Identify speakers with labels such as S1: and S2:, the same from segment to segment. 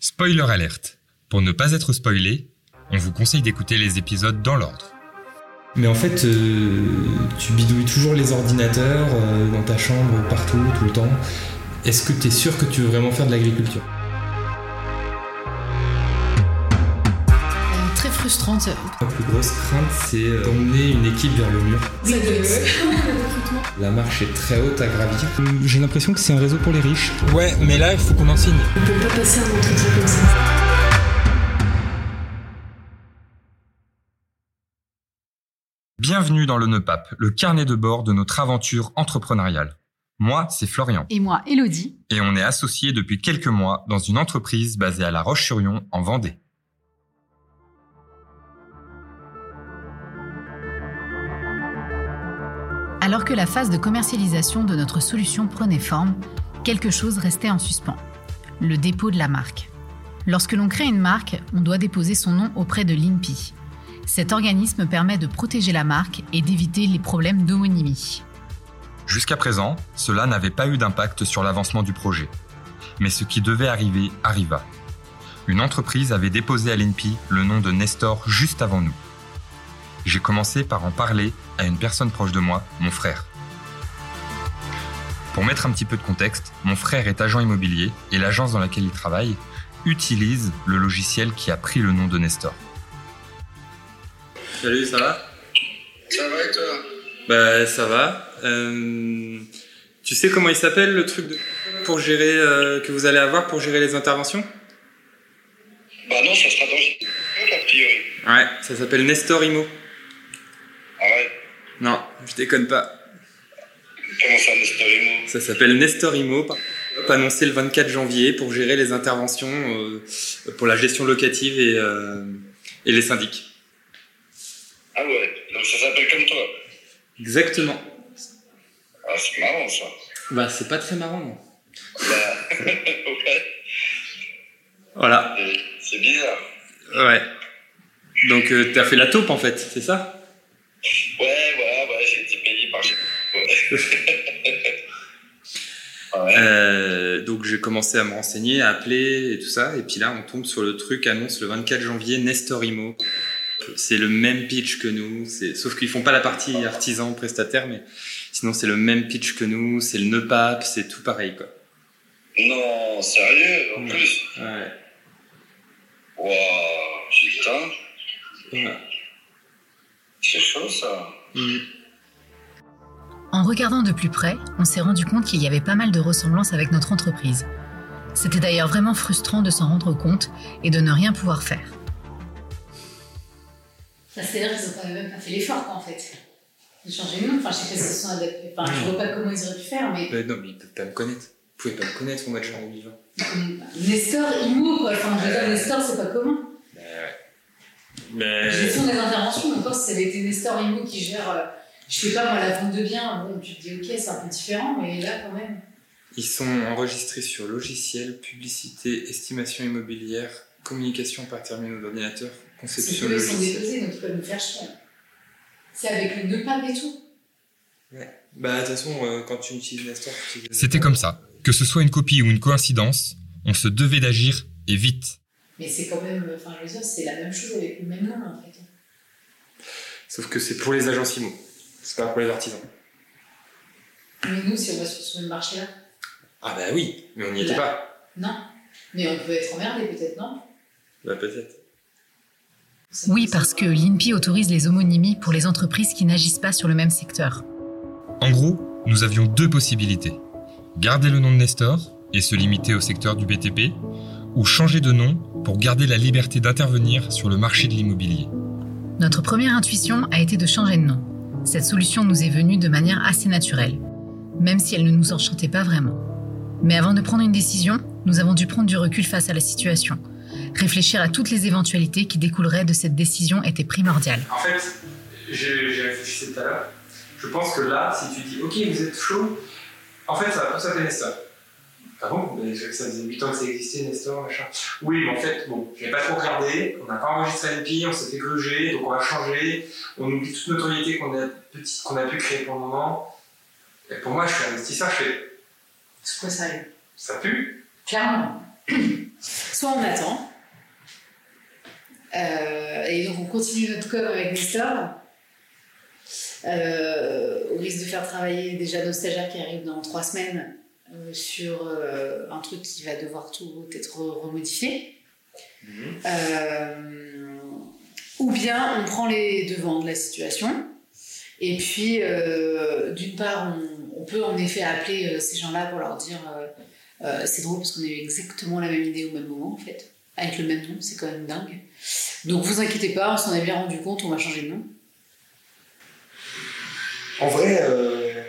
S1: Spoiler alerte. Pour ne pas être spoilé, on vous conseille d'écouter les épisodes dans l'ordre.
S2: Mais en fait, euh, tu bidouilles toujours les ordinateurs euh, dans ta chambre, partout, tout le temps. Est-ce que tu es sûr que tu veux vraiment faire de l'agriculture
S3: Très frustrante.
S2: Ma plus grosse crainte, c'est euh, d'emmener une équipe vers le mur.
S3: Ça doit être-
S2: La marche est très haute à gravir. Euh, J'ai l'impression que c'est un réseau pour les riches.
S4: Ouais, mais là, il faut qu'on enseigne.
S3: On peut pas passer un entretien comme ça.
S1: Bienvenue dans le Nœud Pape, le carnet de bord de notre aventure entrepreneuriale. Moi, c'est Florian,
S3: Et moi, Elodie.
S1: et on est associés depuis quelques mois dans une entreprise basée à La Roche-sur-Yon, en Vendée.
S3: Alors que la phase de commercialisation de notre solution prenait forme, quelque chose restait en suspens. Le dépôt de la marque. Lorsque l'on crée une marque, on doit déposer son nom auprès de l'INPI. Cet organisme permet de protéger la marque et d'éviter les problèmes d'homonymie.
S1: Jusqu'à présent, cela n'avait pas eu d'impact sur l'avancement du projet. Mais ce qui devait arriver arriva. Une entreprise avait déposé à l'INPI le nom de Nestor juste avant nous. J'ai commencé par en parler à une personne proche de moi, mon frère. Pour mettre un petit peu de contexte, mon frère est agent immobilier et l'agence dans laquelle il travaille utilise le logiciel qui a pris le nom de Nestor.
S4: Salut, ça va
S5: Ça va et toi
S4: Bah, ça va. Euh, tu sais comment il s'appelle le truc de... pour gérer euh, que vous allez avoir pour gérer les interventions
S5: Bah non, ça sera dans le a priori.
S4: Ouais, ça s'appelle Nestor Imo.
S5: Arrête,
S4: Non, je déconne pas.
S5: comment ça, Nestor Imo
S4: Ça s'appelle Nestor Imo. par- Hop, Annoncé le 24 janvier pour gérer les interventions euh, pour la gestion locative et, euh, et les syndics.
S5: Ah ouais, donc ça s'appelle comme toi.
S4: Exactement.
S5: Ah, c'est marrant ça.
S4: Bah, c'est pas très marrant. non.
S5: ouais,
S4: Voilà.
S5: c'est- c'est bizarre.
S4: Ouais. Donc, euh, t'as fait la taupe en fait, c'est ça
S5: Ouais, voilà, ouais, j'ai été payé par chez
S4: Euh, donc j'ai commencé à me renseigner, à appeler et tout ça. Et puis là, on tombe sur le truc annonce le 24 janvier Nestorimo. C'est le même pitch que nous, c'est- sauf qu'ils font pas la partie artisan prestataire, mais sinon c'est le même pitch que nous, c'est le nœud pape, c'est tout pareil quoi.
S5: Non, sérieux, en
S4: Ouais.
S5: plus
S4: Ouais.
S5: Waouh, putain,
S4: Voilà.
S5: c'est chaud ça.
S4: Mhm.
S3: En regardant de plus près, on s'est rendu compte qu'il y avait pas mal de ressemblances avec notre entreprise. C'était d'ailleurs vraiment frustrant de s'en rendre compte et de ne rien pouvoir faire.
S6: Enfin, C'est-à-dire qu'ils n'ont pas même pas fait l'effort, quoi, en fait. De changer le nom. Enfin, je sais pas s'ils se sont adaptés. Enfin, je vois pas comment ils auraient pu faire, mais.
S4: Bah non, mais ils peuvent pas me connaître. Vous pouvez pas me connaître, on va déjà en 2020.
S6: comme- Nestor, Imo, quoi. Enfin, je veux dire, Nestor, c'est pas commun.
S4: Mais...
S6: J'ai fait des interventions, encore si ça avait été Nestor, Imo qui gère, euh, je sais pas, moi, la vente de biens, bon, tu te dis, ok, c'est un peu différent, mais là, quand même.
S4: Ils sont enregistrés sur logiciel, publicité, estimation immobilière, communication par terminaux d'ordinateur,
S6: C'est
S4: conception
S6: que ils sont
S4: logicielle.
S6: déposés, donc ils peuvent nous faire chier. C'est avec le nœud pape et tout.
S4: Bah, de toute façon, euh, quand tu utilises Nestor, tu utilises-
S1: C'était comme ça. Que ce soit une copie ou une coïncidence, on se devait d'agir et vite.
S6: Mais c'est quand même, enfin, je veux dire, c'est la même chose avec le même nom, en fait.
S4: Sauf que c'est pour les agences IMO. C'est pas pour les artisans.
S6: Mais nous, si on va sur ce même marché-là,
S4: Ah, bah oui, mais on n'y était
S6: Là.
S4: pas.
S6: non. Mais on peut être emmerdé, peut-être, non
S4: Bah, peut-être.
S3: Oui, parce que l'INPI autorise les homonymies pour les entreprises qui n'agissent pas sur le même secteur.
S1: En gros, nous avions deux possibilités. Garder le nom de Nestor et se limiter au secteur du BTP, ou changer de nom pour garder la liberté d'intervenir sur le marché de l'immobilier.
S3: Notre première intuition a été de changer de nom. Cette solution nous est venue de manière assez naturelle, même si elle ne nous enchantait pas vraiment. Mais avant de prendre une décision, nous avons dû prendre du recul face à la situation. Réfléchir à toutes les éventualités qui découleraient de cette décision était primordial.
S4: En fait, j'ai j'ai réfléchi tout à l'heure. Je pense que là, si tu dis, ok, vous êtes chaud, en fait, ça va pas s'appeler Nestor. Ah bon Mais je- Ça faisait 8 ans que ça existait, Nestor, machin. Oui, mais en fait, bon, j'ai pas trop regardé, on n'a pas enregistré l'INPI, on s'est fait gruger, donc on va changer, on oublie toute notoriété qu'on a, petite- qu'on a pu créer pour le moment. Et pour moi, je suis investisseur, je fais,
S6: C'est quoi ça
S4: ça pue
S6: Clairement. soit on attend, euh, et donc on continue notre com avec Nestor, euh, au risque de faire travailler déjà nos stagiaires qui arrivent dans trois semaines euh, sur euh, un truc qui va devoir tout être re- remodifié. Euh, ou bien on prend les devants de la situation. Et puis, euh, d'une part, on, on peut en effet appeler euh, ces gens-là pour leur dire euh, euh, c'est drôle parce qu'on a eu exactement la même idée au même moment, en fait, avec le même nom, c'est quand même dingue. Donc, vous inquiétez pas, on s'en est bien rendu compte, on va changer de nom.
S4: En vrai, euh,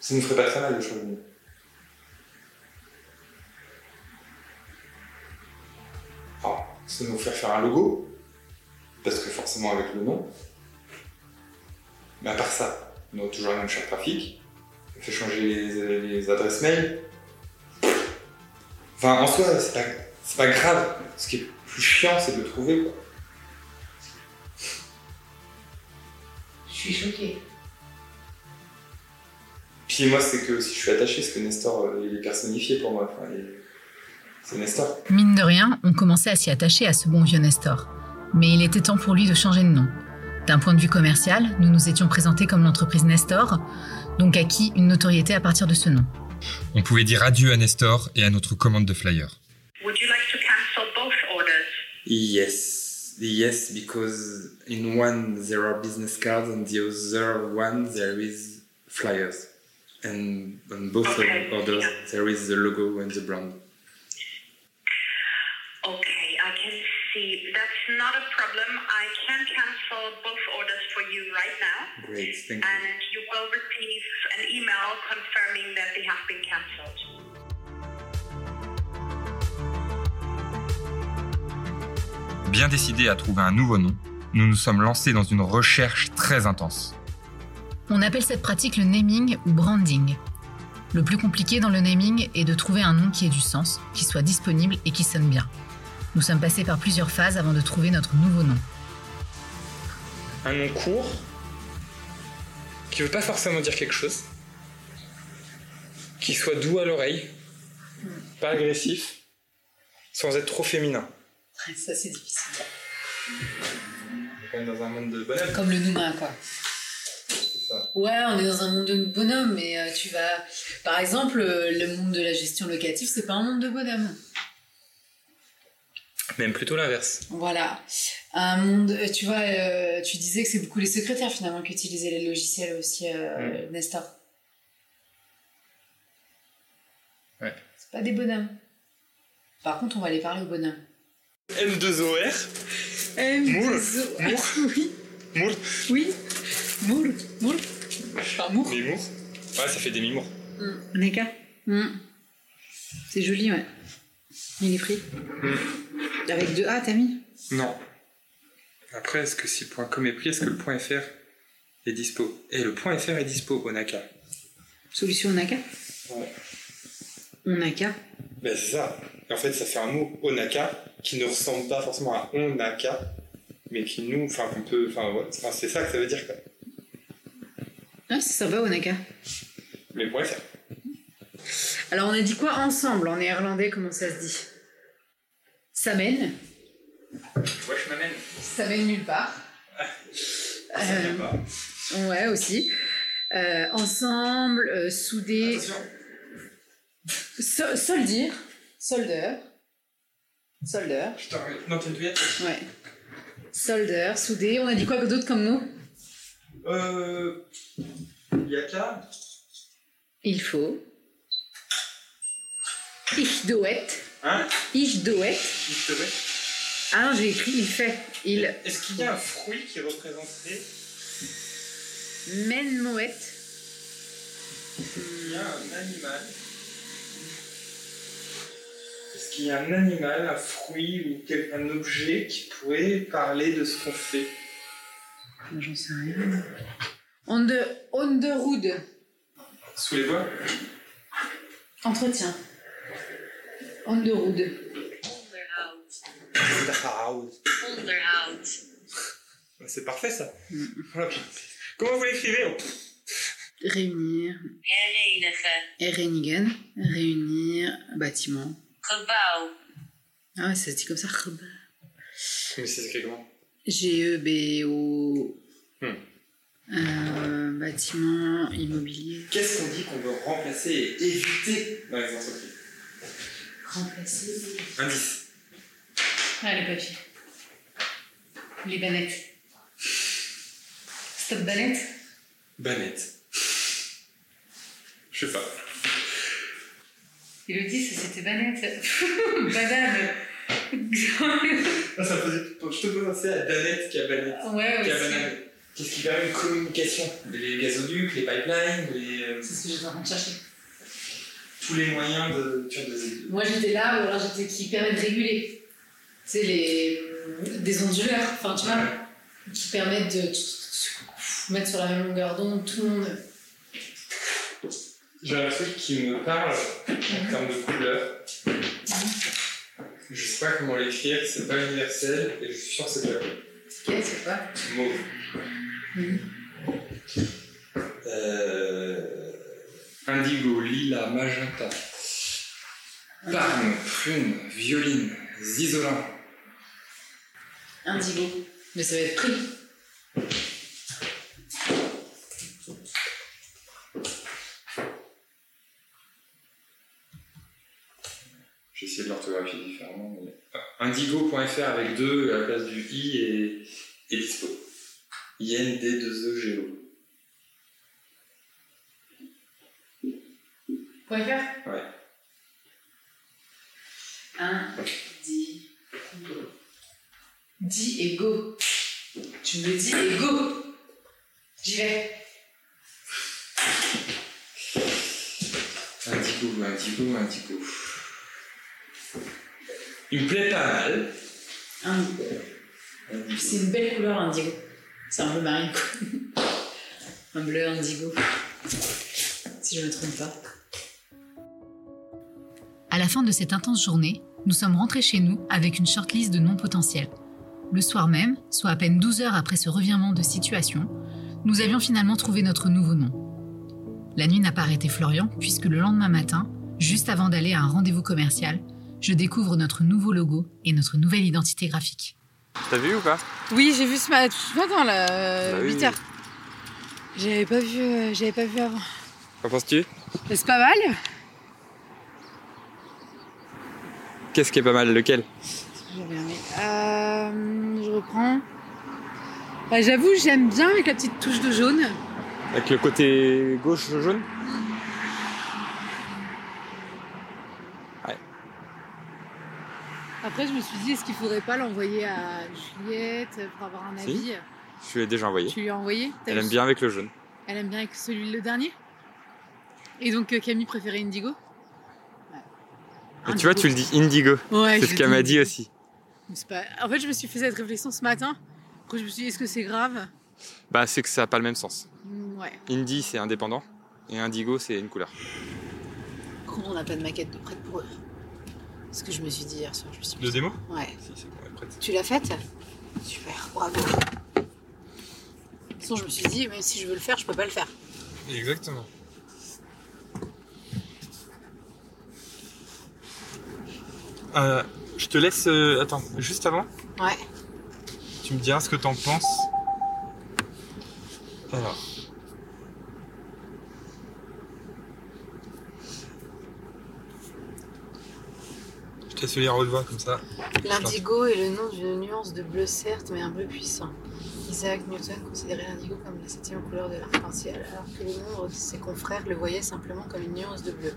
S4: ça nous ferait pas très mal de changer de nom. Enfin, ça nous ferait faire un logo, parce que forcément avec le nom. Mais à part ça, on a toujours la même charte graphique, on fait changer les, les adresses mail. Enfin, en soi, c'est pas, c'est pas grave. Ce qui est plus chiant, c'est de trouver. quoi.
S6: Je suis choquée.
S4: Puis moi, c'est que aussi je suis attaché, parce que Nestor, euh, il est personnifié pour moi. Enfin, il- c'est Nestor.
S3: Mine de rien, on commençait à s'y attacher à ce bon vieux Nestor. Mais il était temps pour lui de changer de nom. D'un point de vue commercial, nous nous étions présentés comme l'entreprise Nestor, donc acquis une notoriété à partir de ce nom.
S1: On pouvait dire adieu à Nestor et à notre commande de flyer.
S7: Would you like to cancel both orders?
S4: Yes, yes, because in one there are business cards, and the other one there is flyers, and on both
S7: Okay,
S4: orders
S7: yeah.
S4: there is the logo and the brand.
S7: Okay, I can see. That's not a problem. I can cancel both orders for you right now,
S4: Great, thank you.
S7: and you will receive an email confirming that they have been cancelled.
S1: Bien décidés à trouver un nouveau nom, nous nous sommes lancés dans une recherche très intense.
S3: On appelle cette pratique le naming ou branding. Le plus compliqué dans le naming est de trouver un nom qui ait du sens, qui soit disponible et qui sonne bien. Nous sommes passés par plusieurs phases avant de trouver notre nouveau nom.
S4: un nom court qui veut pas forcément dire quelque chose, qui soit doux à l'oreille, pas agressif, sans être trop féminin.
S6: Ça, c'est difficile.
S4: On est quand même dans un monde de bonheur.
S6: euh, Comme le Nouma, quoi.
S4: ça.
S6: Ouais, on est dans un monde de bonhomme, mais euh, tu vas. Par exemple, euh, le monde de la gestion locative, c'est pas un monde de bonhomme.
S4: Même plutôt l'inverse.
S6: Voilà. Un monde. euh, Tu vois, euh, tu disais que c'est beaucoup les secrétaires finalement qui utilisaient les logiciels aussi, euh,
S4: Mm.
S6: Nestor.
S4: Ouais.
S6: C'est pas des bonhommes. Par contre, on va aller parler aux bonhommes.
S4: M2OR,
S6: Moule. Oui.
S4: Moule.
S6: Oui. Moule. Moule. Enfin, moule.
S4: Mimour. Ouais, ça fait des mimours.
S6: Neka. Mm. C'est joli, ouais. Il est pris. Avec deux A, t'as mis
S4: Non. Après, est-ce que si point .com est pris, est-ce que le point .fr est dispo Et le point .fr est dispo, Onaka.
S6: Solution Naka
S4: Ouais.
S6: Onaka.
S4: Ben c'est ça. Et en fait, ça fait un mot onaka qui ne ressemble pas forcément à onaka, mais qui nous, enfin, qu'on peut, enfin, ouais, enfin, c'est ça que ça veut dire. Quoi.
S6: Ah, c'est sympa, Onaka.
S4: Mais bon, ça.
S6: Alors, on a dit quoi ensemble en néerlandais Comment ça se dit Samen.
S4: Ouais, je m'amène.
S6: Samen nulle part.
S4: Ça vient
S6: Euh,
S4: pas.
S6: ouais, aussi. Euh, ensemble, euh, soudé.
S4: Attention.
S6: So- soldir. Soldeur. Soldeur.
S4: Putain, mais- non, t'es une douillette.
S6: Ouais. Solder, soudé. On a dit quoi d'autre comme mot
S4: Euh. Yaka.
S6: Il faut. Ich doet.
S4: Hein
S6: Ich doet.
S4: Il te met.
S6: Ah non, j'ai écrit il fait. Il
S4: Est-ce qu'il y a un fruit qui représenterait.
S6: men moet.
S4: Il y a un animal. Est-ce qu'il y a un animal, un fruit ou quel- un objet qui pourrait parler de ce qu'on fait
S6: Ah, J'en sais rien. Onder, onderhoede.
S4: Sous les bois
S6: Entretien. Onderhoede.
S7: Onderhoud.
S4: Raoul.
S7: Onderhoud.
S4: Ah, C'est parfait ça.
S6: Mm.
S4: Voilà. Comment vous l'écrivez
S6: Réunir.
S7: Herenigen.
S6: Erenigen. Réunir. Bâtiment.
S8: Gebouw.
S6: Ah ouais, ça se dit comme ça. Reba.
S4: Mais c'est écrit comment
S6: E G-E-B-O.
S4: Hmm.
S6: Euh, bâtiment, immobilier.
S4: Qu'est-ce qu'on dit qu'on veut remplacer et éviter dans les entreprises
S6: Remplacer.
S4: Indice.
S6: Ah, le papier. Les bannettes. Stop bannette
S4: Banette. Je sais pas.
S6: Il le dit, ça c'était bannette. Banane.
S4: Là, Ah, ça faisait plutôt penser à Danette qu'à Banette.
S6: ouais,
S4: Qu'à
S6: aussi.
S4: Banane. Qu'est-ce qui permet une communication Les gazoducs, les pipelines, les, euh,
S6: C'est ce que j'étais en train de chercher.
S4: tous les moyens de. Tu vois, de-
S6: Moi j'étais là, ou alors j'étais qui permet de réguler. Tu sais, les. euh, des onduleurs. Enfin, tu vois, qui permettent de de- de mettre sur la même longueur d'onde tout le monde.
S4: J'ai un truc qui me parle en termes de couleur. Je sais pas comment l'écrire, c'est pas universel et je suis sûr que c'est pas
S6: Ok, c'est quoi
S4: mauve.
S6: Mhm.
S4: Euh, indigo, lilas, magenta, parme, prune, violine, zisolant.
S6: Indigo. Mais ça va être pris.
S4: J'ai essayé de l'orthographier différemment. mais- Ah, Indigo.fr avec deux à la place du i et, et dispo. i n d 2 e g o
S6: Point faire
S4: Ouais.
S6: Un, dix, go. Dis et go. Tu me dis et go. J'y vais.
S4: Indigo, indigo, indigo. Il me plaît pas mal.
S6: Un, c'est une belle couleur indigo. C'est un bleu marine. quoi. un bleu indigo. Si je me trompe pas.
S3: À la fin de cette intense journée, nous sommes rentrés chez nous avec une shortlist de noms potentiels. Le soir même, soit à peine 12 heures après ce revirement de situation, nous avions finalement trouvé notre nouveau nom. La nuit n'a pas arrêté Florian puisque le lendemain matin, juste avant d'aller à un rendez-vous commercial, je découvre notre nouveau logo et notre nouvelle identité graphique.
S9: T'as vu ou pas
S10: Oui, j'ai vu ce matin, ce matin là,
S9: Bah oui.
S10: 8h. J'avais pas vu, euh, j'avais pas vu avant.
S9: Qu'en penses-tu
S10: Mais C'est pas mal.
S9: Qu'est-ce qui est pas mal Lequel
S10: J'ai bien aimé. Euh, je reprends. Bah, J'avoue, j'aime bien avec la petite touche de jaune.
S9: Avec le côté gauche jaune
S10: Après, je me suis dit, est-ce qu'il faudrait pas l'envoyer à Juliette pour avoir un
S9: Si.
S10: avis
S9: Je l'ai déjà envoyé.
S10: Tu lui as envoyé T'as
S9: Elle
S10: vu
S9: aime
S10: ce-
S9: bien avec le jaune.
S10: Elle aime bien avec celui le dernier. Et donc euh, Camille préférait Indigo. Ouais.
S9: Et tu vois, tu le dis indigo.
S10: Ouais,
S9: C'est
S10: je
S9: ce
S10: le
S9: qu'elle m'a
S10: dis.
S9: dit aussi.
S10: Mais c'est pas- En fait, je me suis fait cette réflexion ce matin. Après, je me suis dit, est-ce que c'est grave
S9: Bah, c'est que ça n'a pas le même sens.
S10: Mm, Ouais.
S9: Indie, c'est indépendant. Et indigo, c'est une couleur.
S10: Quand on n'a pas de maquette de prête pour eux. Ce que je me suis dit hier soir, je me suis dit.
S1: Le démo
S10: Ouais.
S1: Si, c'est bon,
S10: Tu l'as faite Super, bravo. De toute façon, je me suis dit, même si je veux le faire, je peux pas le faire.
S1: Exactement.
S9: Euh, je te laisse. euh, attends, juste avant,
S10: Ouais.
S9: tu me diras ce que t'en penses. Alors.
S1: Je te laisse lire haute voix comme ça.
S10: L'indigo est le nom d'une nuance de bleu certes, mais un bleu puissant. Isaac Newton considérait l'indigo comme la septième couleur de l'arc-en-ciel, alors que le nombre de ses confrères le voyaient simplement comme une nuance de bleu.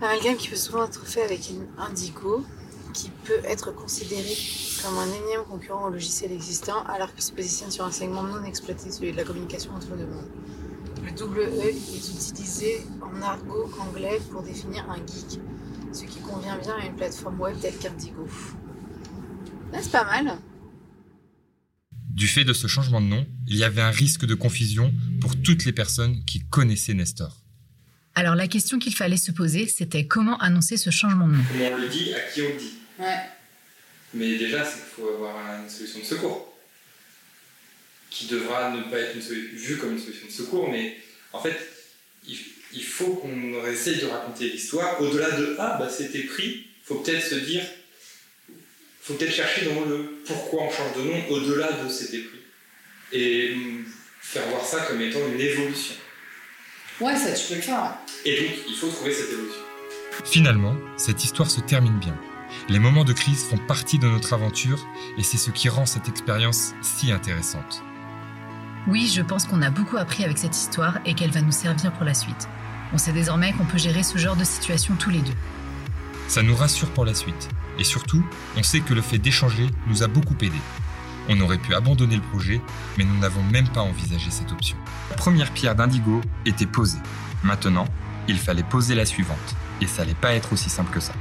S10: Un amalgame qui peut souvent être fait avec une indigo, qui peut être considéré comme un énième concurrent au logiciel existant, alors qu'il se positionne sur un segment non exploité, celui de la communication entre le monde. Le double E est utilisé en argot anglais pour définir un geek ce qui convient bien à une plateforme web telle qu'Indigo. Là, Ah, c'est pas mal.
S1: Du fait de ce changement de nom, il y avait un risque de confusion pour toutes les personnes qui connaissaient Nestor.
S3: Alors la question qu'il fallait se poser, c'était comment annoncer ce changement de nom.
S4: Comment on le dit, à qui on le dit.
S6: Ouais.
S4: Mais déjà, c'est qu'il faut avoir une solution de secours. Qui devra ne pas être une solu- vue comme une solution de secours, mais en fait, il- il faut qu'on essaye de raconter l'histoire au-delà de ah bah c'était pris. Faut peut-être se dire, faut peut-être chercher dans le pourquoi on change de nom au-delà de c'était pris et hum, faire voir ça comme étant une évolution.
S6: Ouais, ça, tu peux le faire. ouais.
S4: Et donc il faut trouver cette évolution.
S1: Finalement, cette histoire se termine bien. Les moments de crise font partie de notre aventure et c'est ce qui rend cette expérience si intéressante.
S3: Oui, je pense qu'on a beaucoup appris avec cette histoire et qu'elle va nous servir pour la suite. On sait désormais qu'on peut gérer ce genre de situation tous les deux.
S1: Ça nous rassure pour la suite. Et surtout, on sait que le fait d'échanger nous a beaucoup aidé. On aurait pu abandonner le projet, mais nous n'avons même pas envisagé cette option. La première pierre d'Indigo était posée. Maintenant, il fallait poser la suivante. Et ça allait pas être aussi simple que ça.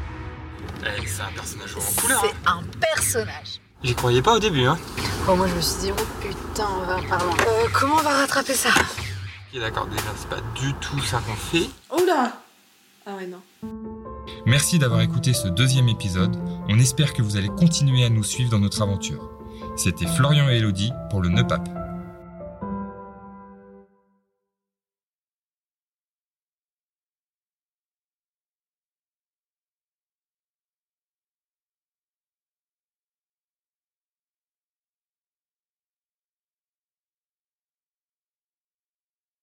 S9: Eh, C'est un personnage en
S10: C'est
S9: couleur. hein.
S10: un personnage.
S9: J'y croyais pas au début. Hein.
S10: Bon, moi je me suis dit, oh putain, on va par loin. Euh, comment on va rattraper ça
S9: Ok, d'accord, déjà, c'est pas du tout ça qu'on fait.
S6: Oula Ah ouais, non.
S1: Merci d'avoir écouté ce deuxième épisode. On espère que vous allez continuer à nous suivre dans notre aventure. C'était Florian et Elodie pour le Neupap.